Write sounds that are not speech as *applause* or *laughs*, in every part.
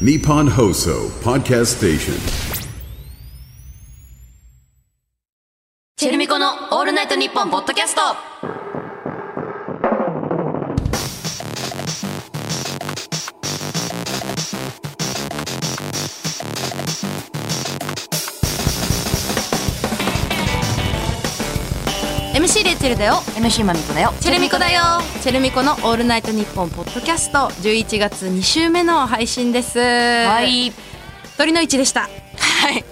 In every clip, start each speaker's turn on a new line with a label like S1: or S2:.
S1: Nippon Hoso Podcast Station.
S2: チェルミコのオールナイトニッポンポッドキャスト
S3: え MC レイチェルだよ
S2: MC まみこだよ
S3: チェルミコだよチェルミコの「オールナイトニッポン」ポッドキャスト11月2週目の配信ですは
S2: はい
S3: 鳥の1でした
S2: はい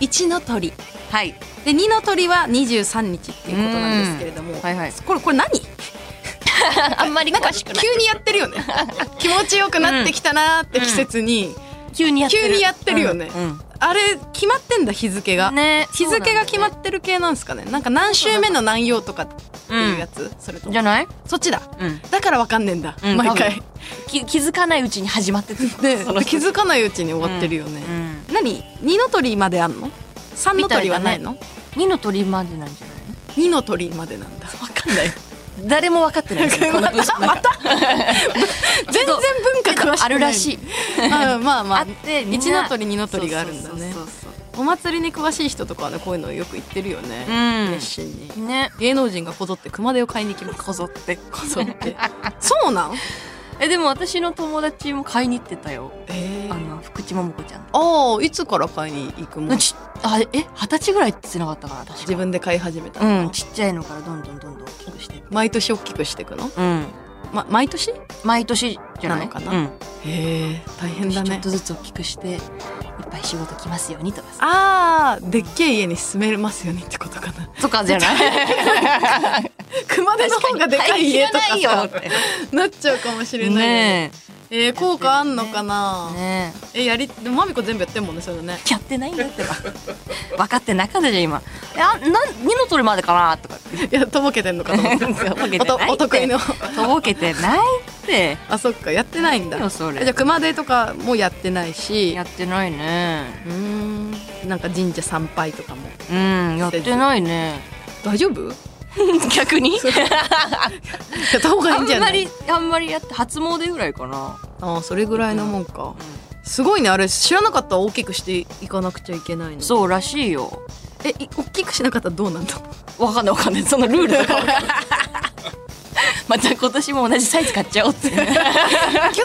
S3: 1の鳥
S2: はい
S3: で2の鳥は23日っていうことなんですけれども、
S2: んはいはい
S3: これこれ何
S2: あんまりなんか
S3: 急にやってる
S2: *laughs*
S3: よね気持ちよくなってきたなーって季節に、
S2: 急にやってる
S3: 急にやってるよね、
S2: うんうん
S3: あれ決まってんだ日付が、
S2: ね
S3: 日付が決まってる系なんですかねなんか何週目の何曜とかっていうやつ、それとも
S2: じゃない
S3: そっちだ、
S2: うん
S3: だからわかんねえんだ、
S2: うん
S3: 毎回
S2: 多き気づかないうちに始ま *laughs* ってて
S3: ね
S2: その
S3: 気づかないうちに終わってるよね、
S2: うん
S3: 何二の鳥まであんの三の鳥はないの
S2: 二の鳥までなんじゃないの
S3: 二の鳥までなんだわかんない
S2: 誰も分かってない *laughs* ですねこの文章なんか
S3: *laughs* 全然文化詳しくない
S2: あるらしい
S3: あまあまあ
S2: *laughs* あってみん
S3: 一
S2: な
S3: の鳥二の鳥があるんだね
S2: そうそうそう
S3: お祭りに詳しい人とかはねこういうのよく言ってるよね、
S2: うん
S3: 熱心に
S2: そうね
S3: 芸能人がこぞって熊手を買いに来ますこぞってこぞって *laughs* そうなん
S2: えでも私の友達も買いに行ってたよ
S3: え
S2: あの福地桃子ちゃん
S3: ああいつから買いに行くもん
S2: ちあえ二十歳ぐらいって言ってなかったから私
S3: 自分で買い始めたの
S2: うんちっちゃいのからどんどんどんどん大きくして
S3: 毎年大きくしていくの、
S2: うん
S3: ま、毎年へ
S2: 毎年じゃない
S3: なのかな
S2: うん
S3: え大変だ
S2: ちょっ
S3: ね
S2: とずつ大きくしていっぱい仕事来ますようにとかさ
S3: あーでっけえ家に住めますよねってことかな *laughs*
S2: とかじ *laughs* ゃない
S3: 熊手の方がでか
S2: *laughs*
S3: い家とか
S2: ないよっ
S3: さ
S2: て
S3: なっちゃうかもしれない、
S2: ね
S3: えー、効果あんのかな、
S2: えね
S3: えやりでもまみこ全部やってんもんねそれ
S2: *laughs*
S3: ね
S2: えやってないんだってば分かってなかったじゃん今えあなん二の鳥までかなとかって
S3: いやとぼけてんのかと思
S2: *laughs*
S3: っ
S2: とぼけて
S3: て
S2: ないって
S3: おお得意の
S2: とぼけてないって
S3: あそっかやってないんだ
S2: いいよそれ
S3: えじゃあ熊手とかもやってないし
S2: やってないね
S3: うーんなんか神社参拝とかも
S2: うんやってない *laughs* ね
S3: 大丈夫や
S2: 逆に
S3: った方がい
S2: *laughs*
S3: い
S2: あ
S3: んじゃ
S2: ん
S3: な
S2: ま
S3: い
S2: りあんまりやって初詣ぐらいかな
S3: ああそれぐらいのもんか、すごいねあれ知らなかったら大きくしていかなくちゃいけないの
S2: そうらしいよ
S3: えい大きくしなかったらどう *laughs* なんだ
S2: わかんないわかんないそのルールとかわかんない *laughs* また今年も同じサイズ買っちゃおうって
S3: 去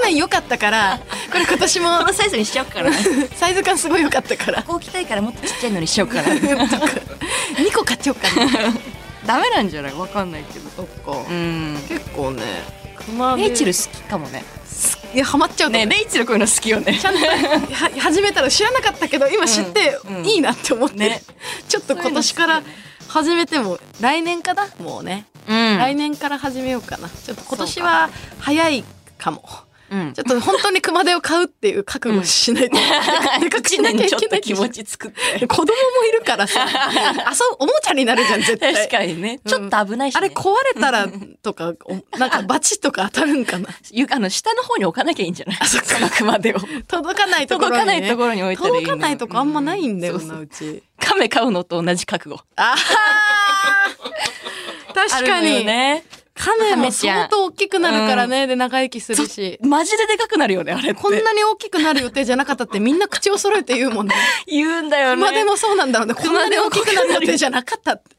S3: 年良かったからこれ今年も
S2: *laughs* こ
S3: *laughs*
S2: のサイズにしちゃおうから
S3: サイズ感すごい良かったから
S2: *laughs* こう着たいからもっとちっちゃいのにしちゃおう *laughs* から
S3: 2個買っちゃおうかな
S2: ダメなんじゃないわかんないけど
S3: そっか
S2: うん
S3: 結構ね熊
S2: レイチェル好きかもね
S3: いやハマっちゃうと
S2: ね
S3: 思う
S2: レイチェルこういうの好きよね
S3: ちゃんとは始めたら知らなかったけど今知って
S2: うんうん
S3: いいなって思って、
S2: ね
S3: ちょっと今年から始めても来年かなもうね、
S2: うん
S3: 来年から始めようかなちょっと今年は早いかも
S2: うん
S3: ちょっと本当に熊手を買うっていう覚悟しないと、でかくし
S2: *laughs* 一
S3: なきゃ
S2: 年
S3: い
S2: ちょっ
S3: けな
S2: と
S3: い
S2: 気持ち作って
S3: 子供もいるから *laughs* さ遊ぶおもちゃになるじゃん絶対
S2: *laughs* 確かにねちょっと危ないし、ね
S3: あれ壊れたらとかおなんかバチとか当たるんかな
S2: ゆあの下の方に置かなきゃいいんじゃないあそっか熊手を
S3: *laughs* 届かないとこ
S2: 届
S3: ろに、
S2: かないところに置いたらいいの
S3: 届かないとこあんまないんだよ
S2: う
S3: な、
S2: そう
S3: うち。
S2: 亀飼うのと同じ覚悟
S3: あー確か
S2: あるのよ
S3: に、
S2: ね
S3: カメも
S2: 亀ちゃん
S3: 相当大きくなるからね、で長生きするし。
S2: マジででかくなるよねあれって
S3: こんなに大きくなる予定じゃなかったってみんな口を揃えて言うもんね。
S2: 言うんだよね
S3: 熊でもそうなんだろう *laughs* ね。こんなに大きくなる予定じゃなかったって。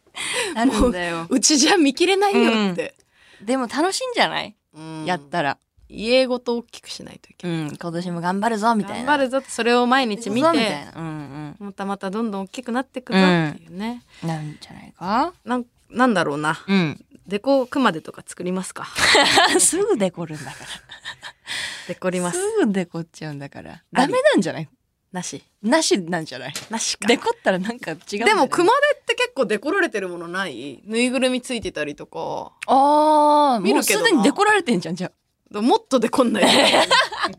S2: なるんだよ
S3: *laughs* もううちじゃ見切れないよって。
S2: でも楽しいんじゃない、
S3: うん
S2: やったら
S3: 家ごと大きくしないといけ
S2: う
S3: ない。
S2: ん今年も頑張るぞみたい
S3: 頑
S2: な
S3: 張るぞってそれを毎
S2: 頑
S3: 日見
S2: みた
S3: て
S2: い、なうん
S3: またまたどんどん大きくなってくぞっていうね。
S2: うんなんじゃないか
S3: なんなんだろうな。
S2: うん
S3: デコ熊手とか作りますか。
S2: *laughs* すぐデコるんだか
S3: デコり
S2: ら
S3: ますす。
S2: ぐデコっちゃうんだから
S3: あ
S2: ダ
S3: り
S2: メなんじ *laughs* ゃない
S3: なし。
S2: なしなんじゃない
S3: なし
S2: *laughs*
S3: か。
S2: デコったらなんか違うんじゃない
S3: でも熊手って結構デコられてるものないぬいぐるみついてたりとか
S2: ああ
S3: 見
S2: もう
S3: るけど
S2: す
S3: な
S2: でにデコられてんじゃんじゃあ
S3: もっとデコんないと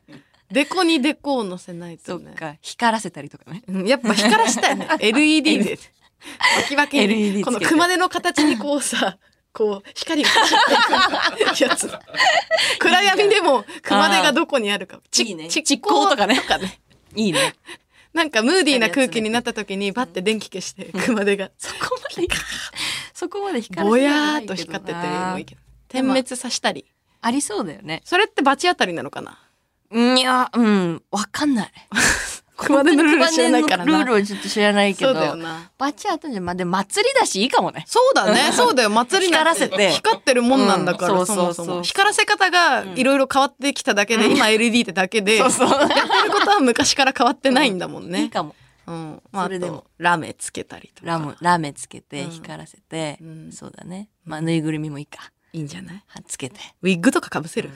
S2: *laughs*
S3: デコにデコを乗せない
S2: そ
S3: と
S2: っ
S3: ね
S2: か光らせたりとかね
S3: うんやっぱ光らした
S2: *laughs*
S3: いね LED でバキバキ
S2: LED つけて
S3: にこの熊手の形にこうさこう光が走っていく
S2: *laughs*
S3: やつ暗闇でも熊手がどこにあるかち
S2: いいね
S3: ち
S2: ちっことかね
S3: とかね
S2: いいね
S3: なんかムーディーな空気になった時にバッて電気消して熊手が
S2: そこまでそこまで光
S3: ぼ
S2: らせたくない
S3: やーっ
S2: けどな
S3: と光っててもいいけど点滅さしたり
S2: ありそうだよね
S3: それって罰当たりなのかな
S2: いや、うん、わかんない。
S3: 熊手のルール知らないから
S2: 熊手の
S3: な
S2: ルールをちょっと知らないけ
S3: そ
S2: ど。
S3: うだよな
S2: バチ当たんじゃん。まあ、でも祭りだし、いいかもね。
S3: そうだね。そうだよ。祭りなん
S2: 光らせて
S3: 光ってるもんなんだから、
S2: うんそ
S3: そもそう
S2: そうそ
S3: も。
S2: う
S3: 光らせ方がいろいろ変わってきただけで、今 LED ってだけで、
S2: そうそう
S3: やってることは昔から変わってないんだもん
S2: いい
S3: ね。
S2: かも。
S3: うん。まあ、
S2: それでも
S3: あとラメつけたりとか。
S2: ラム、ラメつけて、
S3: うん
S2: 光らせて、
S3: うん
S2: そうだね。まあ、ぬいぐるみもいいか。
S3: いいんじゃない
S2: はつけて。
S3: ウィッグとかかぶせる。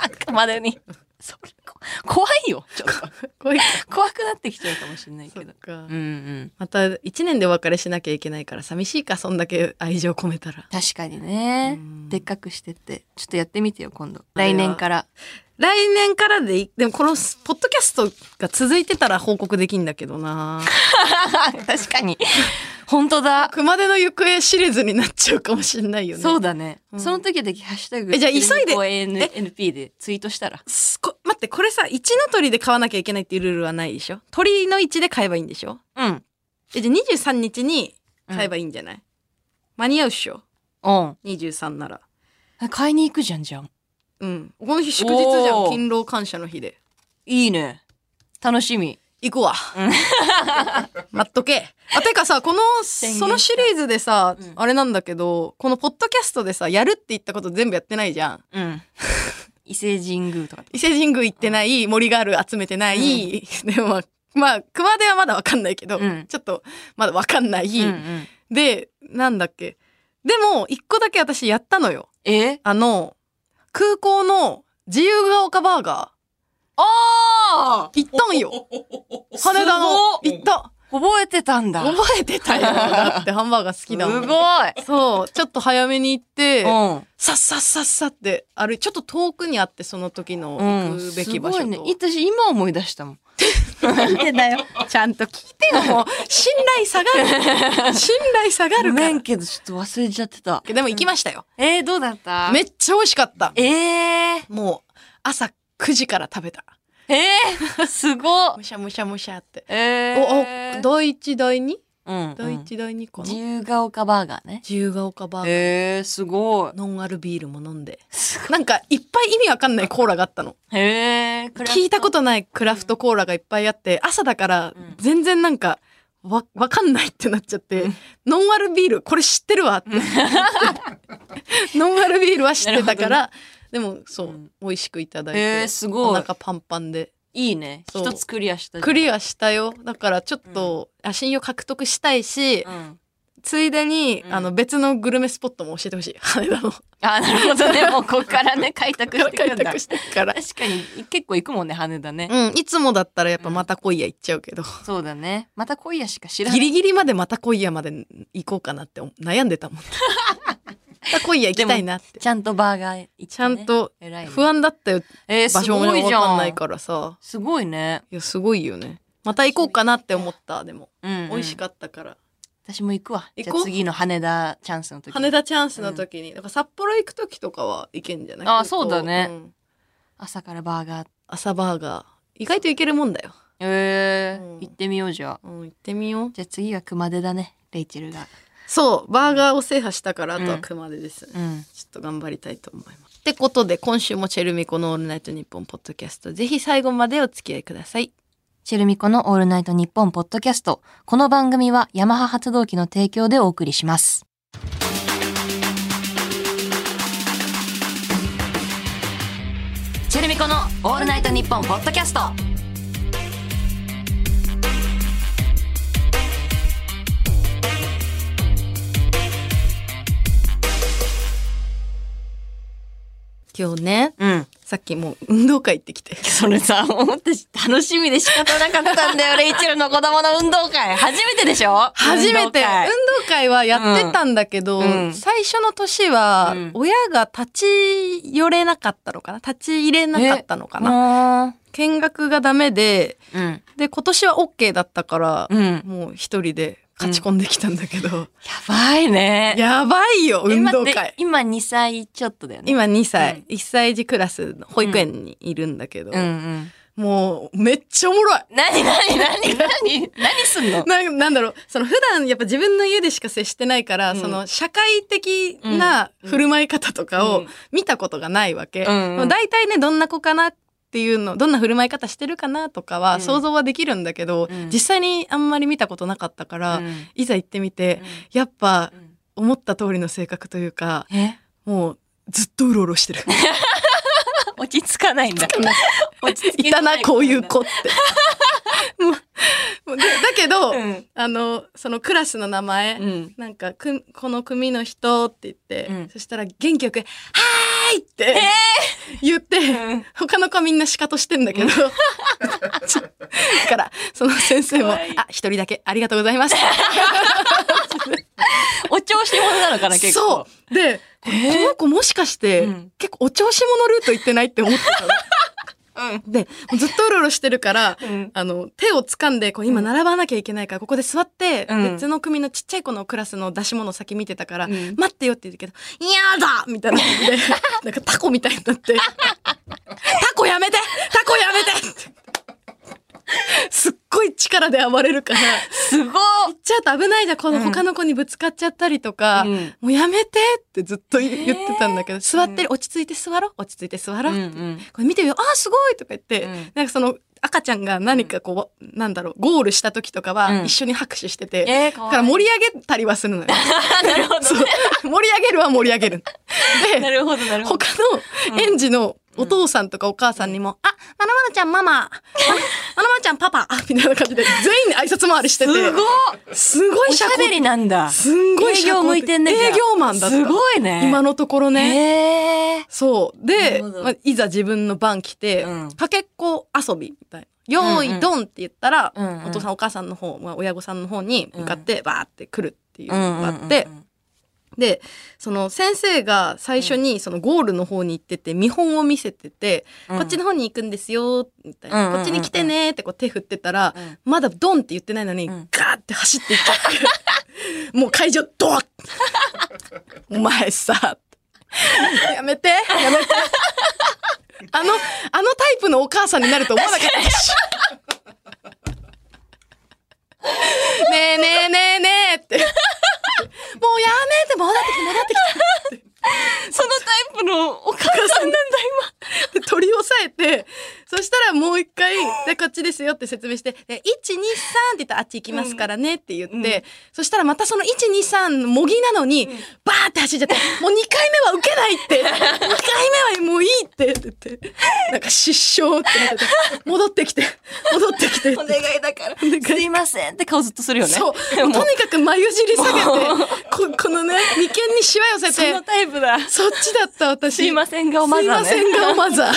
S2: あ、熊手に。それ、こ怖いよ。ちょっと。
S3: こういう
S2: 怖くなってきちゃうかもしれないけ
S3: そっ
S2: ど。
S3: か
S2: うんうん。
S3: また一年でお別れしなきゃいけないから寂しいか、そんだけ愛情込めたら。
S2: 確かにね
S3: う。ん
S2: でっかくしてって。ちょっとやってみてよ、今度。
S3: あれは
S2: 来年から。 *laughs*
S3: 来年からでい、でもこのスポッドキャストが続いてたら報告できんだけどな
S2: 確かに。本当だ。
S3: 熊手の行方知れずになっちゃうかもしんないよね。
S2: そうだね。
S3: うん
S2: その時だけハッシュタグ。
S3: えじゃあ急いで
S2: NP でツイートしたら。
S3: すこ待ってこれさ一の鳥で買わなきゃいけないっていうルールはないでしょ鳥の1で買えばいいんでしょ
S2: うん。
S3: えじゃあ23日に買えばいいんじゃない、間に合うっしょ
S2: うん。
S3: 23なら
S2: 買いに行くじゃん、じゃん。
S3: うんこの日祝日じゃん
S2: おー
S3: 勤労感謝の日で
S2: いいね。楽しみ。
S3: 行くわ *laughs* 待っとけあてかさこの
S2: 言した
S3: そのシリーズでさ、
S2: うん
S3: あれなんだけどこのポッドキャストでさやるって言ったこと全部やってないじゃん *laughs*
S2: うん。伊勢神宮とか。
S3: 伊勢神宮行ってない森ガール集めてない、でもまあまあ熊手はまだわかんないけど、
S2: うん
S3: ちょっとまだわかんない、
S2: うんうん
S3: で、なんだっけ。でも、一個だけ私やったのよ。
S2: え
S3: あの、空港の自由が丘バーガ
S2: ああ
S3: ー、行った
S2: *laughs*
S3: んよ。羽田
S2: す、
S3: の
S2: ごっ
S3: 行った。
S2: 覚えてたんだ。
S3: 覚えてたよ。だってハンバーガー好きだも
S2: *laughs*
S3: ん。
S2: すごい。
S3: そう、ちょっと早めに行って、
S2: うん。
S3: さっさっさっさって歩いちょっと遠くにあって、その時の
S2: うん、
S3: 行くべき場
S2: す
S3: 所
S2: ご
S3: と、
S2: いね。私今思い出したもん。なんでだよ。
S3: ちゃんと聞いてよ、もう。信頼下がる。信頼下が
S2: ご
S3: るか
S2: めん
S3: ら。
S2: けどちょっと忘れちゃってた。
S3: でも行きましたよ。
S2: えー、どうだった
S3: めっちゃ美味しかった。
S2: えー、
S3: もう、朝9時から食べた。
S2: えー、すごっ
S3: *laughs* むしゃむしゃむしゃって。
S2: え
S3: おお
S2: ー、
S3: 第一第二
S2: うん、
S3: 第一第二かな
S2: 自由が丘バーガーね。
S3: 自由が丘バーガー
S2: えー、すごい。
S3: ノンアルビールも飲んでなんかいっぱい意味わかんないコーラがあったの
S2: えー、
S3: 聞いたこととないクラフトコーラがいっぱいあって朝だから
S2: うん
S3: 全然なんかわわかんないってなっちゃって、ノンアルビールこれ知ってるわって
S2: *laughs*
S3: ノンアルビールは知ってたから、でもそう、
S2: うん
S3: 美味しくいただいて、
S2: えー、す
S3: お
S2: ごい。
S3: 腹パンパンで
S2: いいね。
S3: そう
S2: 一つクリアした。
S3: クリアしたよだからちょっと、あ信用獲得したいし、
S2: うん。
S3: ついでに、
S2: うん
S3: あの別のグルメスポットも教えてほしい羽田の
S2: あ、なるほどね。もうここから
S3: *laughs*
S2: ね、開拓してく
S3: 開
S2: んだ
S3: 拓。してくから
S2: 確かに、結構行くもんね、羽田ね。
S3: うんいつもだったらやっぱまた来いや行っちゃうけど、
S2: そうだね。また今夜しか知らな
S3: ギ
S2: い。
S3: リギリまでまた来いやまで行こうかなって悩んでたもんまた来いや行きたいなって
S2: ちゃんとバーガー行ってね
S3: ちゃんと
S2: 偉いね
S3: 不安だったよ
S2: えー、
S3: 場
S2: す
S3: 所も
S2: ご
S3: 分
S2: いじ
S3: かん
S2: ゃ
S3: ない
S2: ん。
S3: からさ
S2: すごいね。
S3: いやすごいよねまた行こうかなって思ったでも、
S2: うんうん。
S3: 美味しかったから
S2: 私も行くわ。
S3: 行
S2: じ
S3: こ
S2: ゃ
S3: う
S2: あ次の羽田チャンスの時。
S3: 羽田チャンスの時に、だから札幌行く時とかは行けんじゃない
S2: あそうだね
S3: ん
S2: 朝からバーガー。
S3: 朝バーガー意外と行けるもんだよ、
S2: え
S3: うん
S2: ー、行ってみようじゃあ。
S3: うん、行ってみよう
S2: じゃあ次は熊手だね、レイチェルが。
S3: そう、バーガーを制覇したから、あ
S2: うん
S3: とは熊手ですね。
S2: うん。
S3: ちょっと頑張りたいと思います。ってことで、今週もチェルミコのオールナイトニッポンポッドキャスト、ぜひ最後までお付き合いください。
S2: チェルミコのオールナイトニッポンポッドキャスト。この番組はヤマハ発動機の提供でお送りします。チェルミコのオールナイトニッポンポッドキャスト。
S3: 今日ね、
S2: うん。
S3: さっきもう運動会行ってきて。
S2: それさ、思って楽しみで仕方なかったんだ
S3: *laughs*
S2: よ、レイチェルの子供の運動会。初めてでしょ
S3: 初めて
S2: 運動
S3: 運動
S2: 会
S3: 会はやってたんだけど、
S2: うん
S3: 最初の年は
S2: うん
S3: 親が立ち寄れなかったのかな立ち入れなかったのかな見学がダメで
S2: うん。
S3: で今年は OK だったから、
S2: うん。
S3: もう一人で勝ち込んできたんだけど、
S2: やばいね。
S3: やばいよ
S2: え
S3: 運動
S2: 待って
S3: 会
S2: 今2歳ちょっとだよね。
S3: 今2歳、
S2: う
S3: 1歳児クラスの保育園にいるんだけど、
S2: うんうん。
S3: もうめっちゃおもろい
S2: 何何
S3: *laughs*
S2: 何何何すんの
S3: ななんだろうその普段やっぱ自分の家でしか接してないから、
S2: うん
S3: その社会的な振る舞い方とか
S2: う
S3: を
S2: ん
S3: 見たことがないわけ、
S2: うんうん
S3: だいたいねどんな子かなってっていうのどんな振る舞い方してるかなとか
S2: う
S3: は
S2: ん
S3: 想像はできるんだけど、
S2: うん
S3: 実際にあんまり見たことなかったから、いざ行ってみて、やっぱ思った通りの性格というか
S2: え
S3: もうずっとうろうろしてる
S2: 落ち着かないんだ。落
S3: *laughs*
S2: ち着
S3: いたなこういう子ってもうもうでだけど、
S2: うん。
S3: あのそのクラスの名前、
S2: うん。
S3: なんかくこの組の人って言って、
S2: うん
S3: そしたら元気よく「はーい!」って言って、
S2: うん
S3: 他の子はみんなシカトしてんだけど、 *laughs* だからその先生も
S2: かわいい
S3: 「あ一人だけありがとうございます」
S2: お調子者なのかな、結構。
S3: そうで、この子もしかして、
S2: うん
S3: 結構お調子者ルート行ってないって思ってたの。
S2: うん。
S3: でもうずっとうろうろしてるから、
S2: うん
S3: あの手を掴んでこう今並ばなきゃいけないからここで座って、
S2: うん
S3: 別の組のちっちゃい子のクラスの出し物先見てたから「
S2: うん
S3: 待ってよ」って言うけど「やだ!」
S2: *laughs*
S3: みたいな感じでなんかタコみたいになって「タコやめてタコやめて!」ってすっごい力で暴れるから
S2: すご
S3: 「ちょっと危ないじゃんこの
S2: うん
S3: 他の子にぶつかっちゃったりとか。
S2: い。
S3: もうやめてってずっと言言ってたんだけど、座ってる、落ち着いて座ろう、落ち着いて座ろうってこれ見てみよう、あーすごいとか言って、
S2: うん
S3: なんかその赤ちゃんが何かこう、なんだろう、ゴールした時とか
S2: うん
S3: は一緒に拍手してて、
S2: えーかわいい
S3: だから盛り上げたりはするのよ。
S2: *laughs* なるほ
S3: そう
S2: どね。
S3: 盛り上げるは盛り上げる。
S2: な
S3: で、
S2: るほど、なるほど。
S3: 他の園児のお父さんとかお母さんにも、あ、まなまなちゃんママ、あまなまなちゃんパパ、みたいな感じで全員に挨拶回りしてて、
S2: すごい
S3: すごい
S2: おし
S3: 社
S2: ゃべりなんだ。
S3: すんごい
S2: 営
S3: 社
S2: 業向いてんね。じゃあ
S3: 営業マンだった。
S2: すごいね。
S3: 今のところね。
S2: ね。え
S3: そう。で、
S2: なるほど
S3: まあ、いざ自分の番来て、
S2: うん
S3: かけっこ遊びみたいな。用
S2: うんうん
S3: 意ドンって言ったら、
S2: うんうん
S3: お父さんお母さんの方、まあ、親御さんの方に向かってバーって来るっていう
S2: う
S3: の
S2: ん
S3: があって、でその先生が最初にそのゴールの方に行ってて見本を見せてて、こっちの方に行くんですよみたいな、
S2: うんうんうん
S3: こっちに来てねってこう手振ってたら、
S2: うん
S3: まだドンって言ってないのに、
S2: うん
S3: ガーって走っていっちゃって、 *laughs* もう会場ドンお前さやめてやめてあのあのタイプのお母さんになると思わなかった
S2: *laughs*
S3: し。ねえねえねえねえって。もうやめて戻ってきて戻ってきて
S2: そのタイプのお母さんなんだ
S3: で取り押さえてそしたらもう一回でこっちですよって説明して「で123」って言ったらあっち行きますからねって言って、
S2: うん
S3: そしたらまたその123模擬なのに、バーって走っちゃって「もう2回目は受けない」
S2: *laughs*
S3: って「2回目はもういい」ってって言ってなんか失笑ってなってて戻ってきて戻ってき
S2: *laughs*
S3: てって
S2: 今。お願いだから。すいませんって顔ずっとするよね。
S3: そう
S2: で
S3: と
S2: も
S3: にかく眉尻下げて
S2: も
S3: ここのね眉間にしわ寄せ
S2: そ
S3: て
S2: のタイプだ。
S3: そっちだった私
S2: すいません顔マザーね
S3: すいません顔マザー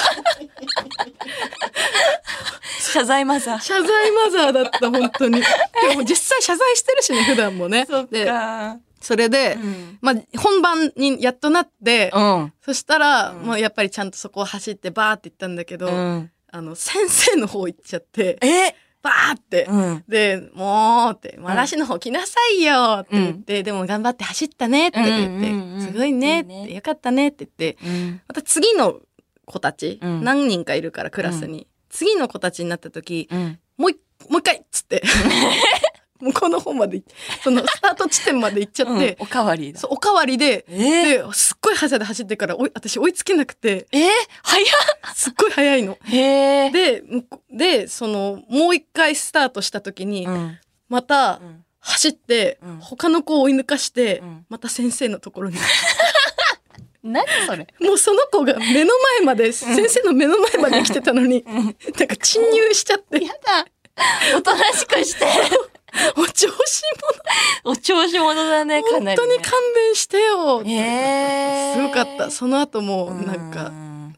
S2: 謝罪マザー。
S3: 謝罪マザーだった本
S2: *laughs*
S3: 当にでも実際謝罪してるしね普段もね
S2: そっ
S3: で
S2: か。
S3: それで、
S2: うん
S3: まあ、本番にやっとなって、
S2: うん。
S3: そしたら、
S2: うん
S3: まあ、やっぱりちゃんとそこを走ってバーって行ったんだけど、
S2: うん。
S3: あの先生の方行っちゃって
S2: え
S3: バーって、
S2: うん。
S3: で「もう」って「私の方来なさいよ」って言って、でも頑張って走ったね」って言って「
S2: うんうんうんうん
S3: すごいね」って
S2: いいね
S3: よかったね」って言って
S2: うん。
S3: また次の子たち、
S2: うん
S3: 何人かいるからクラスに、次の子たちになった時
S2: うん。
S3: もういもう一回っつ
S2: *laughs*
S3: って、向こうの方まで行って、そのスタート地点まで行っちゃって、
S2: おかわりだ。
S3: そうおかわりで、
S2: えー
S3: で、すっごい速さで走ってから、おい私追いつけなくて、
S2: えー早っ
S3: すっごい速いの。
S2: へえ。
S3: で、向こで、その、もう一回スタートした時に、
S2: うん
S3: また
S2: うん
S3: 走って、
S2: うん
S3: 他の子を追い抜かして、
S2: うん
S3: また先生のところに。
S2: 何それ
S3: もうその子が目の前まで、先生の目の前まで来てたのに、なんか侵入しちゃって、
S2: やだ。おとなしくして。
S3: お調子者、
S2: お調子者だね、か
S3: 本
S2: なりね。
S3: 当に勘弁してよって。
S2: えー
S3: すごかった。その後も
S2: う
S3: なんか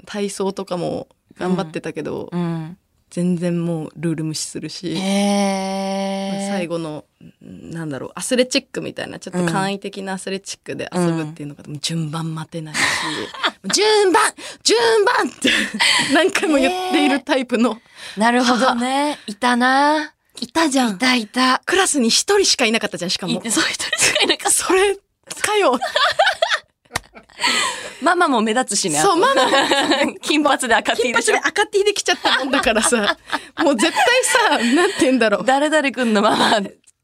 S3: 体操とかも頑張ってたけど、
S2: うん。
S3: 全然もうルール無視するし、
S2: へえ。
S3: 最後のうんなんだろうアスレチックみたいなちょっと簡易的なアスレチックで遊ぶっていうのが、もう順番待てないし *laughs* 順番順番って *laughs* 何回も言っているタイプの、
S2: なるほどね。 *laughs* いたな。
S3: いたじゃ
S2: いたいた。
S3: クラスに一人しかいなかったじゃんしか
S2: い
S3: も
S2: てそういう人しかいなかっ
S3: それかよ
S2: た。 *laughs* ママも目立つしね。
S3: そうママも
S2: *laughs* 金髪で赤 T で
S3: *laughs* 金髪
S2: し
S3: で
S2: ょ。
S3: 赤 T で来ちゃったもんだからさもう絶対さなんて言うんだろう
S2: 誰々くんのママ。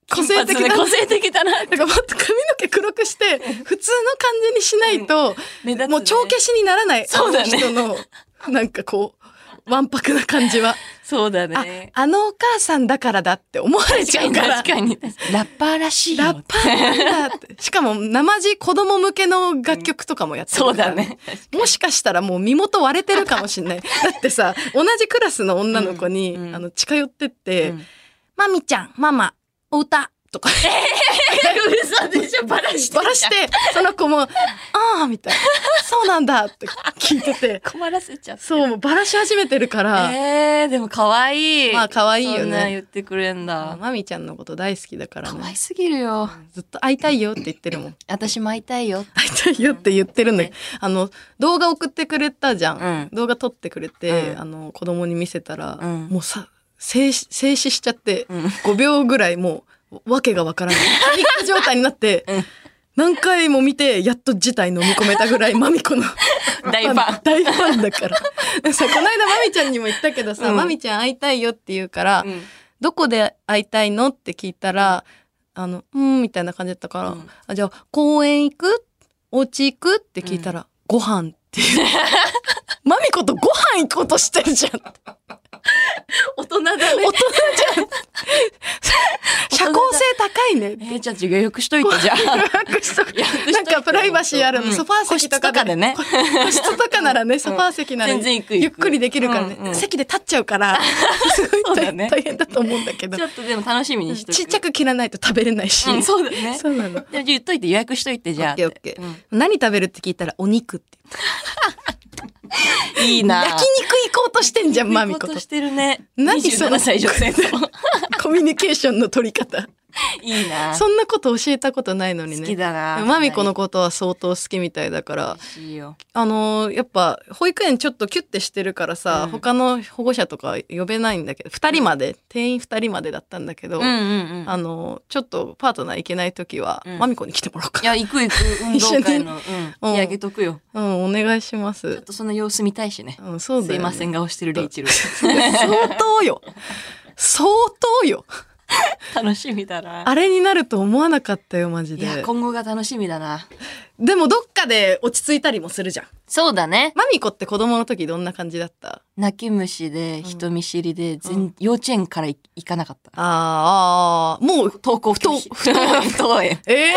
S3: 個性的
S2: 金髪で
S3: な
S2: 個性的だな。
S3: なんかもっと髪の毛黒くして普通の感じにしないと、
S2: 目立つね
S3: もう帳消しにならない
S2: そうだね
S3: あの人のなんかこうわんぱくな感じは。
S2: そうだ
S3: あ、あのお母さんだからだって思われちゃうから。
S2: 確かに。ラッパーらしいよ。
S3: ラッパーなんだって。しかも、生地子供向けの楽曲とかもやってるか
S2: そ
S3: ら
S2: うだね。
S3: もしかしたらもう身元割れてるかもし
S2: *laughs*
S3: れない。だってさ、同じクラスの女の子に、
S2: うんうん
S3: あの、近寄ってって、
S2: うん *laughs*
S3: まみちゃん、ママ、お歌、とか、
S2: 嘘でしょバラして
S3: バラして、その子も、ああ、みたいな。そうなんだ、って聞いてて。
S2: 困らせちゃった。
S3: そう、もうバラし始めてるから、
S2: えー、でも可愛い。
S3: まあ可愛いよね
S2: そんな言ってくれんだ。
S3: まみちゃんのこと大好きだから
S2: 可愛
S3: ね。
S2: すぎるよ。
S3: ずっと会いたいよって言ってるもん。
S2: 私も会いたいよ。
S3: 会いたいよって言ってるんだけど、あの、動画送ってくれたじゃん。
S2: うん
S3: 動画撮ってくれて、
S2: うん
S3: あの、子供に見せたら、
S2: うん
S3: もうさ、静止、静止しちゃって、
S2: うん
S3: 5秒ぐらいもう、わけがわからない。パニック状態になって、
S2: *laughs* うん
S3: 何回も見て、やっと事態飲み込めた
S2: *laughs*
S3: ぐらい、まみこの
S2: 大ファン。
S3: 大ファンだから。さ、この間まみちゃんにも言ったけどさ、
S2: うん
S3: まみちゃん会いたいよって言うから、どこで会いたいのって聞いたら、あの、うーん、みたいな感じだったから、
S2: うん
S3: あじゃあ、公園行くお家行くって聞いたら、ご飯っていう。
S2: *laughs*
S3: マミコとご飯行こうとしてるじゃん。大
S2: 大人だね
S3: 人じゃん。社交性高い
S2: え
S3: ね。
S2: ー、じゃあ予約しといて、じゃあ。
S3: なんかプライバシーあるの、
S2: うん
S3: ソファー席と
S2: 個室
S3: かで。
S2: とかでね
S3: 個個室とかならね、ソファー席なら、
S2: 全然行く行く
S3: ゆっくりできるからね。
S2: うんうん
S3: 席で立っちゃうから、すごい
S2: *laughs* そうだ
S3: 大
S2: ね
S3: 大変だと思うんだけ
S2: *laughs*
S3: ど。
S2: ちょっとでも楽しみにしとく。
S3: ちっちゃく切らないと食べれないし。
S2: うん、そうだね。
S3: そうなの。
S2: でも言っといて予約しといて、じゃあ。
S3: オッケーオッケー
S2: うん
S3: 何食べるって聞いたらお肉って言って
S2: いいな。
S3: 焼肉行こうとしてんじゃんマミ
S2: 行
S3: コ
S2: ことうしてるね。
S3: 何その
S2: 27歳女性と。
S3: *laughs* コミュニケーションの取
S2: *laughs*
S3: り方
S2: いいな。
S3: そんなこと教えたことないのにね
S2: 好きだな。
S3: マミコのことは相当好きみたいだから
S2: 美味しいよ。
S3: あのーやっぱ保育園ちょっとキュッてしてるからさ、
S2: うん
S3: 他の保護者とか呼べないんだけど2人まで定員2人までだったんだけど、
S2: うんうんうん。
S3: あのーちょっとパートナー行けない時は、
S2: うん
S3: マミコに来てもらおうか
S2: いや、行く行く、運動会の。うん。
S3: うん
S2: いや、あげとくよ。
S3: うんお願いしま
S2: ちょっ
S3: す、
S2: とその様子見たいしね。
S3: うん、そうだ
S2: すい
S3: よ、ね、
S2: ません顔してるレイチェル。
S3: 相当よ相当よ
S2: *laughs* 楽しみだな。
S3: あれになると思わなかったよマジ
S2: い
S3: で
S2: や、今後が楽しみだな。
S3: でもどっかで落ち着いたりもするじゃん
S2: そうだね。
S3: マミコって子供の時どんな感じだった
S2: 泣き虫で、人見知りで、全幼稚園からい行かなかった。
S3: あーあーもう
S2: 登校
S3: 不登
S2: 不 *laughs* 登不登園。
S3: え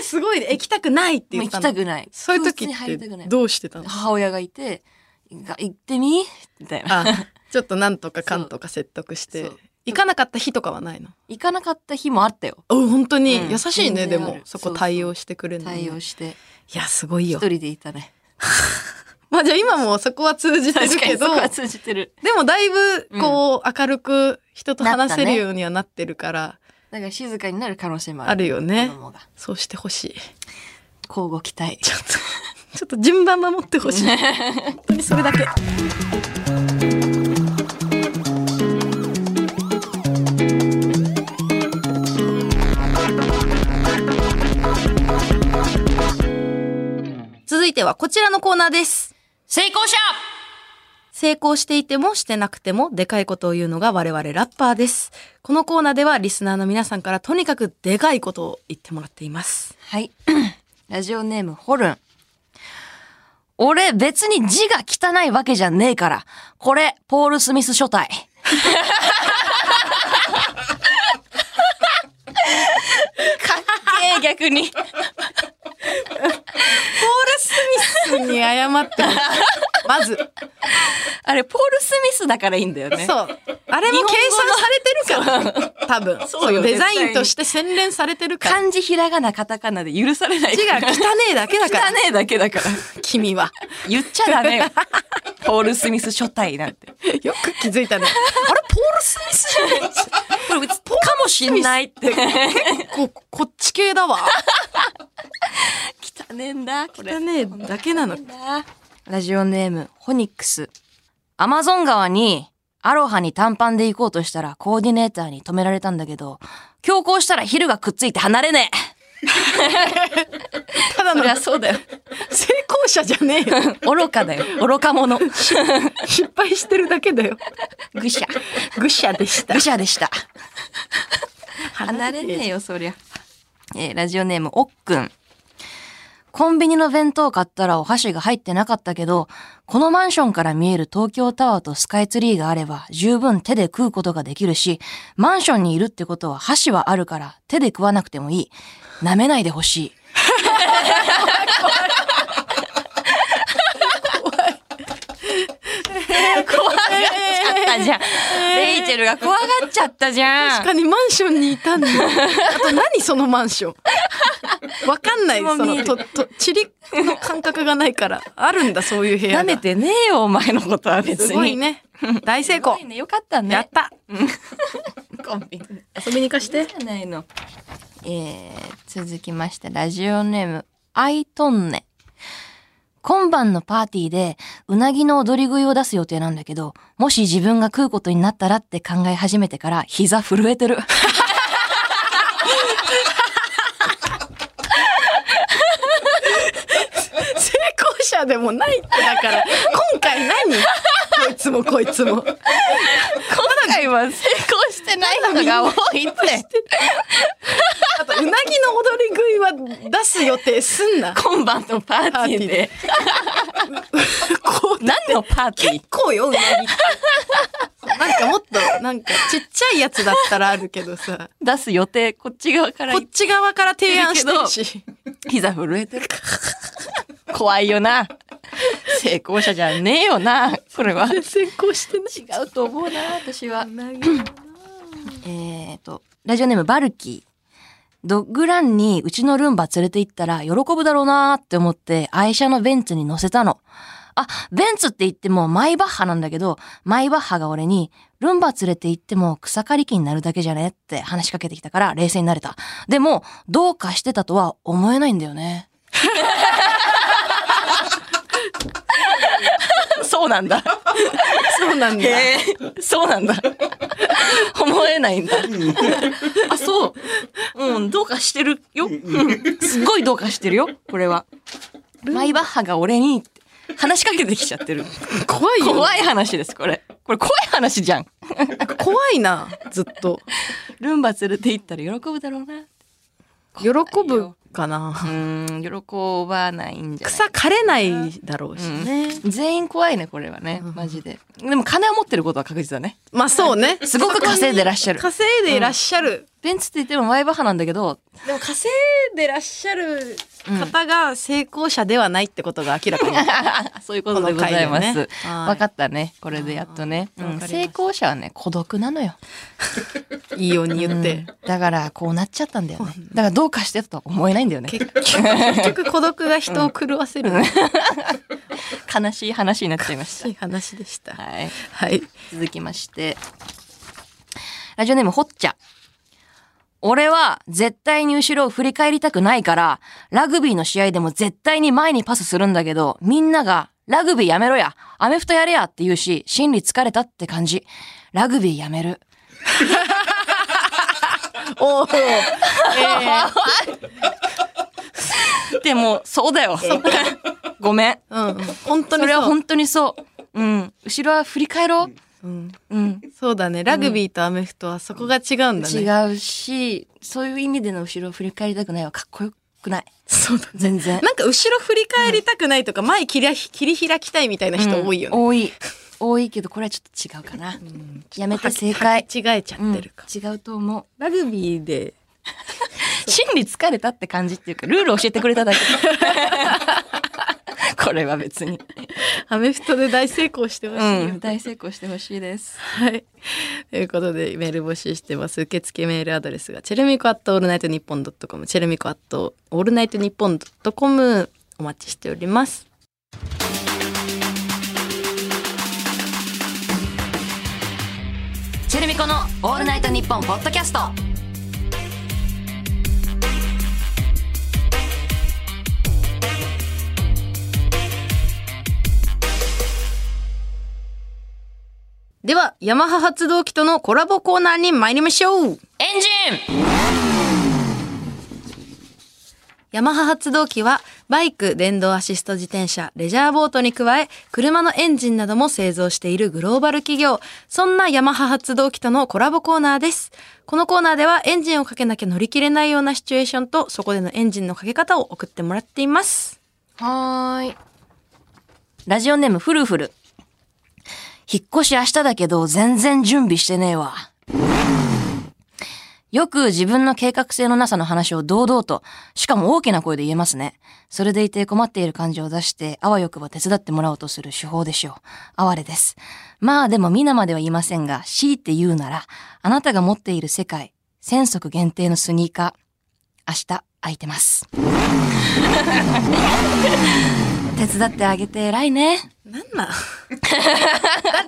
S3: ー、すごいね行きたくないって
S2: もう
S3: 言
S2: 行
S3: った
S2: き
S3: の
S2: たくない。
S3: そういう
S2: 教室
S3: 時
S2: に入りたく
S3: っ
S2: な
S3: て
S2: い
S3: どうし
S2: *laughs*
S3: てたの
S2: 母親がいて、が行ってみみたいな。
S3: あちょっとなんとかかんとか説得して
S2: そう
S3: 行かなかった日とかはないの
S2: 行かなかった日もあったよ。
S3: うん本当に
S2: うん
S3: 優しいね、
S2: 全
S3: で
S2: 然ある
S3: もそこ対応してくれるのね
S2: 対応して。
S3: いやすごい
S2: 一
S3: よ
S2: 人でいたね。
S3: まあじゃあ今もそこは通じてる
S2: 確か
S3: け
S2: にそ
S3: ど
S2: こは通じてる。
S3: でもだいぶこう、明るく人と話せるようにはなってるから、
S2: だから静かになる可能性もある。
S3: あるよね
S2: 子供が。
S3: そうしてほしい *laughs*
S2: 交互期待。
S3: ちょっとちょっと順番守ってほしい本当にそれだけ続いてはこちらのコーナーです
S2: 成功者
S3: 成功していてもしてなくてもでかいことを言うのが我々ラッパーです。このコーナーではリスナーの皆さんからとにかくでかいことを言ってもらっています。
S2: はい。 *coughs* ラジオネーム、ホルン。俺、別に字が汚いわけじゃねえから。これ、ポール・スミス書体。かっけえ、逆に。
S3: に謝ってほしい *laughs* まず、
S2: あれ、ポール・スミスだからいいんだよね。
S3: そう。あれも計算されてるから、多分。
S2: そうよ
S3: そのデザ
S2: 絶対
S3: イン
S2: に
S3: として洗練されてるから。
S2: 漢字、ひらがな、カタカナで許されない。
S3: 字が汚ねえだけだから
S2: 汚、ねえだけだから。
S3: 君は。
S2: 言っちゃダメよ。ポール・スミス書体なん *laughs* て。
S3: よく気づいたね。あれ、ポール・スミスじゃない
S2: これ、かもしんないって。
S3: *laughs* こ、こっち系だわ。
S2: *laughs* 汚ねえんだ、これ
S3: 汚。ねえだけなの。
S2: ラジオネーム、ホニックス。アマゾン川に、アロハに短パンで行こうとしたら、コーディネーターに止められたんだけど、強行したらヒルがくっついて離れねえ
S3: ただの
S2: そりゃそうだよ。
S3: 成功者じゃねえよ。
S2: *laughs* 愚かだよ。愚か *laughs* 者。
S3: 失敗してるだけだよ。
S2: 愚者。
S3: 愚者でした
S2: 愚。者でした。
S3: 離
S2: 離れねえよ、そりゃ。えーラジオネーム、おっくん。コンビニの弁当買ったらお箸が入ってなかったけど、このマンションから見える東京タワーとスカイツリーがあれば十分手で食うことができるし、マンションにいるってことは箸はあるから手で食わなくてもいい。舐めないでほしい。怖い。怖い。怖がっちゃったじゃん。レイチェルが怖がっちゃったじゃん。
S3: 確かにマンションにいたん
S2: *laughs*
S3: だあと何そのマンションわかんない
S2: も
S3: そう
S2: 見え
S3: の
S2: る
S3: とと地理の感覚がないからあるんだそういう部
S2: 舐
S3: 屋
S2: め
S3: が
S2: てねえよ、お前のことは別に。
S3: すごい。ね大成功
S2: ね、よかったね。
S3: やった
S2: コンビニ。
S3: 遊びに行かして
S2: じゃないの。えー、続きまして、ラジオネーム、アイトンネ。今晩のパーティーで、うなぎの踊り食いを出す予定なんだけど、もし自分が食うことになったらって考え始めてから、膝震えてる。
S3: 成功者でもないってだから今回何こいつもこいつも
S2: 今回は成功してない人が多いって。
S3: あとうなぎの踊り食いは出す予定すんな
S2: 今晩のパーティーで。
S3: こう
S2: 何のパーテ *laughs* ィー
S3: 結構ようなぎって *laughs* なんかもっとなんかちっちゃいやつだったらあるけど *laughs* さ
S2: 出す予定、こっち側から
S3: こっち側から提案してるし
S2: 膝震えてる。怖いよな。成功者じゃねえよな。こ *laughs* れは。違
S3: 成功してな
S2: うと思うな、私は。
S3: い
S2: えっと、ラジオネームバルキー。ドッグランにうちのルンバ連れて行ったら喜ぶだろうなーって思って愛車のベンツに乗せたの。あ、ベンツって言ってもマイバッハなんだけど、マイバッハが俺に、ルンバ連れて行っても草刈り機になるだけじゃねって話しかけてきたから冷静になれた。でも、どうかしてたとは思えないんだよね。 *laughs* そうなんだ。
S3: そうなんだ
S2: へえ、 *laughs* そうなんだ。思えないんだ。あ、そう。うん、どうかしてるよ。うん、すっごいどうかしてるよ、これは。マイバッハが俺にって話しかけてきちゃってる。
S3: 怖いよ
S2: 怖い話です、これ。これ怖い話じゃん。
S3: 怖いなずっと
S2: ルンバ連れて行ったら喜ぶだろうな。
S3: 喜ぶかな
S2: うん、喜ばないんじゃない
S3: 草枯れないだろうしね、
S2: 全員怖いね、これはね。マジで。でも金を持ってることは確実だね。
S3: まあそうね
S2: すごく稼いでらっしゃる。
S3: 稼いでいらっしゃる、
S2: ベンツって言ってもマイバッハなんだけど、
S3: でも稼いでらっしゃる方が成功者ではないってことが明らかに、
S2: *laughs* そういうことでございま
S3: この回
S2: す。
S3: でねはい
S2: 分かったね。これでやっとね。
S3: うん
S2: うん
S3: わかりま
S2: 成
S3: した
S2: 功者はね、孤独なのよ。
S3: いいように言って、
S2: うんだから、こうなっちゃったんだよね。だから、どうかしてとは思えないんだよね。
S3: 結結局孤独が人を狂わせる、
S2: 悲しい話になっちゃいまし
S3: いい話でした、
S2: た。はい。
S3: はい
S2: 続きまして。ラジオネーム、ほっちゃ。俺は絶対に後ろを振り返りたくないから、ラグビーの試合でも絶対に前にパスするんだけど、みんなが、ラグビーやめろや、アメフトやれやって言うし、心理疲れたって感じ。ラグビーやめる。
S3: おお、え
S2: でも、そうだよ。ごめん。
S3: ー、うん本当
S2: そ
S3: に
S2: れは
S3: そう
S2: 本当にそう。うん。後ろは振り返ろう。
S3: うん
S2: うん。
S3: そうだねラグビーとアメフトはそこが違うんだね、
S2: 違うし、そういう意味での後ろを振り返りたくないはかっこよくない。
S3: そうだ
S2: 全然。
S3: なんか後ろ振り返りたくないとか、前切り切り開きたいみたいな人多いよね。
S2: うん多い。多いけど、これはちょっと違うかな。やめて正解。
S3: 違えちゃってるか。
S2: うん違うと思う。
S3: ラグビーで。
S2: 心理疲れたって感じっていうか、ルール教えてくれ *laughs* ただけ。これは別に。
S3: アメフトで大成功してほしいよ、
S2: うん。大成功してほしいです。
S3: はい。ということで、メール募集してます。受付メールアドレスが、チェルミコアットオールナイトニッポンドットコム、チェルミコアットオールナイトニッポンドットコム、お待ちしております。
S2: チェルミコのオールナイトニッポンポッドキャスト。
S3: では、ヤマハ発動機とのコラボコーナーに参りましょう
S2: エンジン
S4: ヤマハ発動機は、バイク、電動アシスト自転車、レジャーボートに加え、車のエンジンなども製造しているグローバル企業。そんなヤマハ発動機とのコラボコーナーです。このコーナーでは、エンジンをかけなきゃ乗り切れないようなシチュエーションと、そこでのエンジンのかけ方を送ってもらっています。
S2: はーい。ラジオネームフルフル。引っ越し明日だけど全然準備してねえわ。よく自分の計画性のなさの話を堂々と、しかも大きな声で言えますね。それでいて困っている感情を出して、あわよくば手伝ってもらおうとする手法でしょう。哀れです。まあでも皆までは言いませんが、強いて言うなら、あなたが持っている世界、1000足限定のスニーカー、明日空いてます。手伝ってあげて偉いね。
S3: なん
S4: *laughs*
S3: なんだ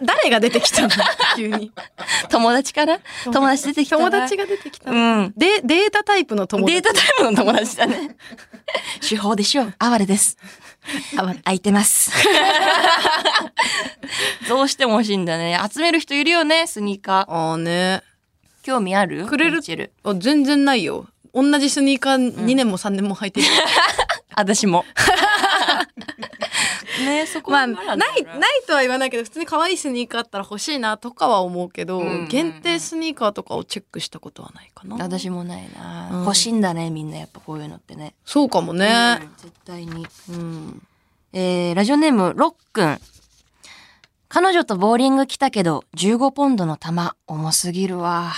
S3: 誰が出てき *laughs* たの急に。
S2: 友達かな友達出てきたな
S3: 友達が出てきた
S2: う
S3: の。
S2: ん。
S3: で、データタイプの友
S2: デー
S3: 達。
S2: タタイムの友達だ
S3: *laughs*
S2: ね。手法でしょう。哀れです。
S3: 哀れ
S2: 空いてます。
S3: *laughs*
S2: どうしても欲しいんだね。集める人いるよね、スニーカー。
S3: ああね。
S2: 興味ある
S3: くれる
S2: ミッチェル
S3: あ全然ないよ。同じスニーカー2年も3年も履いてる。
S2: 私
S3: *laughs*
S2: も。ねそこ
S3: ま
S2: は
S3: あ、な
S2: ら
S3: い、
S2: だ
S3: ないとは言わないけど、普通に可愛いスニーカーあったら欲しいなとかは思うけど、
S2: うんうんうん
S3: 限定スニーカーとかをチェックしたことはないかな。
S2: 私もないな、
S3: うん
S2: 欲しいんだね、みんなやっぱこういうのってね。
S3: そうかもね。
S2: うん絶対に。
S3: うん。
S2: えーラジオネーム、ロックン。彼女とボーリング来たけど、15ポンドの玉、重すぎるわ。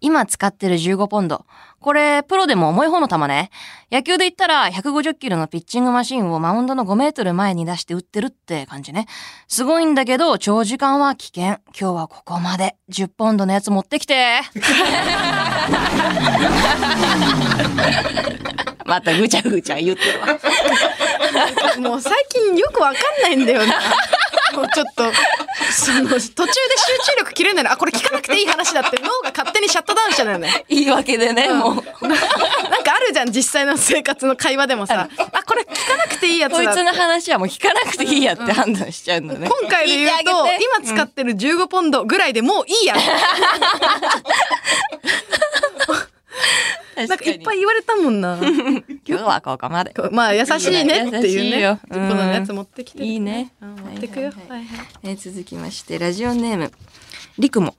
S2: 今使ってる15ポンド。これ、プロでも重い方の球ね。野球で言ったら、150キロのピッチングマシンをマウンドの5メートル前に出して打ってるって感じね。すごいんだけど、長時間は危険。今日はここまで。10ポンドのやつ持ってきて。またぐちゃぐちゃ言ってるわ。
S3: もう最近よくわかんないんだよな。
S2: *laughs*
S3: もうちょっと、その、途中で集中力切れないの。あ、これ聞かなくていい話だって脳が勝手にシャットダウンしたのよね。
S2: 言い訳でね、もう。
S3: なんかあるじゃん、実際の生活の会話でもさ。あ、これ聞かなくていいやつだ
S2: こ
S3: っ
S2: い
S3: て
S2: つの話はもう聞かなくていいやって判断しちゃうんだね。
S3: 今回で言うと
S2: 聞いてあげて
S3: 今使ってる15ポンドぐらいでもういいや、なんかいっぱい言われたもんな
S2: 今日はここまで。
S3: まあ優しいねって
S2: 優
S3: いう
S2: しい
S3: ね
S2: よ
S3: ポンドのやつ持ってきてる
S2: いいね。
S3: うん持ってくよ、
S2: はいはい
S3: はいはい
S2: えー続きまして、ラジオネーム、りくも。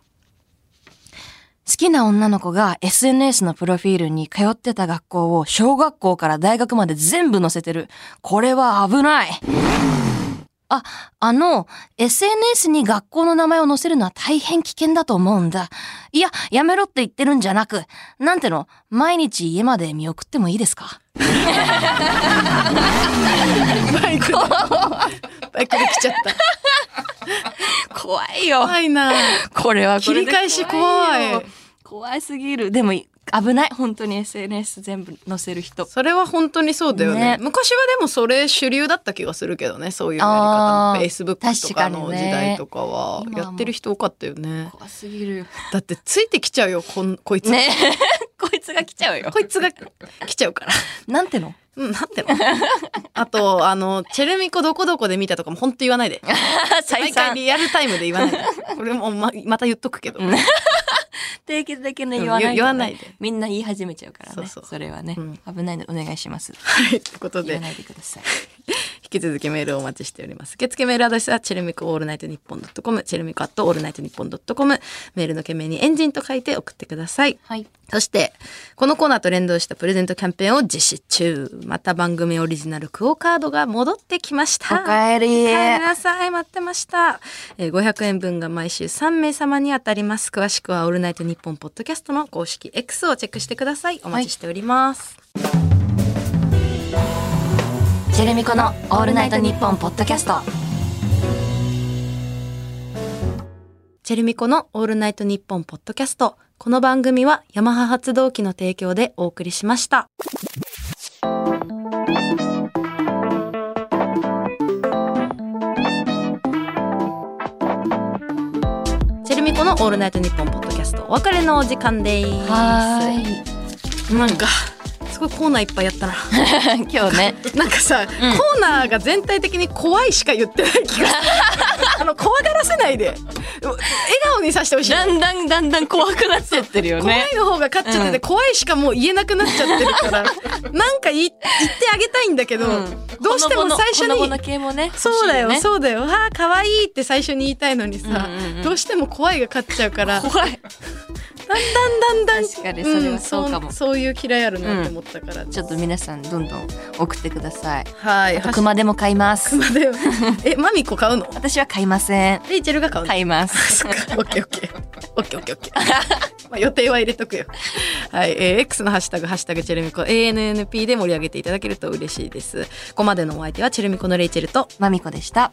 S2: 好きな女の子が SNS のプロフィールに通ってた学校を小学校から大学まで全部載せてる。これは危ない。あ、あの、SNS に学校の名前を載せるのは大変危険だと思うんだ。いや、やめろって言ってるんじゃなく、なんての、毎日家まで見送ってもいいですか
S3: バイクでバイクで来ちゃ
S2: *laughs*
S3: った
S2: 怖いよ。
S3: 怖いな
S2: これはこれで
S3: 切り返し怖い
S2: 怖いよ怖すぎるでも危ない本当に SNS 全部載せる人
S3: それは本当にそうだよね
S2: ね
S3: 昔はでもそれ主流だった気がするけどねそういうやり方
S2: あ
S3: も
S2: ー
S3: Facebook とかの
S2: 確か
S3: 時
S2: にね
S3: 代とかは
S2: 今は
S3: や
S2: もう
S3: ってる人多かったよね
S2: 怖すぎる
S3: だってついてきちゃうよこんこいつ、
S2: ね *laughs* こいつが来ちゃうよ
S3: こいつが来ちゃうから
S2: なんての
S3: うん、なんてのあと、あの、チェルミコどこどこで見たとかも本当言わないで。
S2: *laughs* 再
S3: 毎回
S2: 三
S3: リアルタイムで言わないで。これもままた言っとくけど。
S2: ん定期的に言わないと
S3: うん
S2: ね
S3: 言わないで
S2: みんな言い始めちゃうからね
S3: そうそう
S2: れはね
S3: うん
S2: 危ないのでお願いします
S3: はい、ということ
S2: 言
S3: で
S2: わ、ないでください
S3: 引き続きメールをお待ちしております。受付メールアドレスは、チェルミコオールナイトニッポンドットコム、チェルミコアットオールナイトニッポンドットコム、メールの件名にエンジンと書いて送ってください。
S2: はい
S3: そして、このコーナーと連動したプレゼントキャンペーンを実施中。また番組オリジナルクオカードが戻ってきました。
S2: おかえり
S3: おかえりなさい。待ってました。えー500円分が毎週3名様に当たります。詳しくはオールナイトニッポンポッドキャストの公式 X をチェックしてください。お待ちしております。
S2: ジェレミコの「オールナイトニッポン」ポッドキャスト
S3: チェルミコのオールナイトニッポンポッドキャスト。この番組はヤマハ発動機の提供でお送りしました。チェルミコのオールナイトニッポンポッドキャストお別れのお時間です。
S2: はーい
S3: なんか
S4: すごいコーナーいっぱいやったな
S2: *laughs* 今日ね。
S3: なんかさ、コーナーが全体的に怖いしか言ってない気がするあの怖がらせないで笑顔にさせてほしい
S2: だんだんだんだん怖くなっちゃってるよ
S3: 怖
S2: ね
S3: い。の方が勝っちゃって
S2: う
S3: て、
S2: ん
S3: 怖いしかもう言えなくなっちゃって
S2: *laughs*
S3: るからなんか言い言ってあげたいんだけど、どうしても
S2: ほの
S3: 最初
S2: ぼのほのぼ
S3: に
S2: の系もね。
S3: そうだよ
S2: 欲しいね
S3: そうだよはあ可愛いって最初に言いたいのにさ、
S2: うんうんうん
S3: どうしても怖いが勝っちゃうからだん
S2: 怖い。
S3: だんだんだん
S2: 確かにそれはそうかも
S3: んそういう嫌いあるなって思ったから、
S2: ちょっと皆さんどんどん送ってください。
S3: はい
S2: あと熊でも買います。
S3: までよえマミコ買
S2: *laughs*
S3: うの
S2: 私は買いません。
S3: レイチェルが買うの、
S2: 買います。
S3: *laughs* そっかオッケーオッケーオッケーオッケーオッケーまあ予定は入れとくよはい、えー X のハッシュタグハッシュタグチェルミコ ANNP で盛り上げていただけると嬉しいですここまでのお相手はチェルミコのレイチェルと
S2: まみこでした。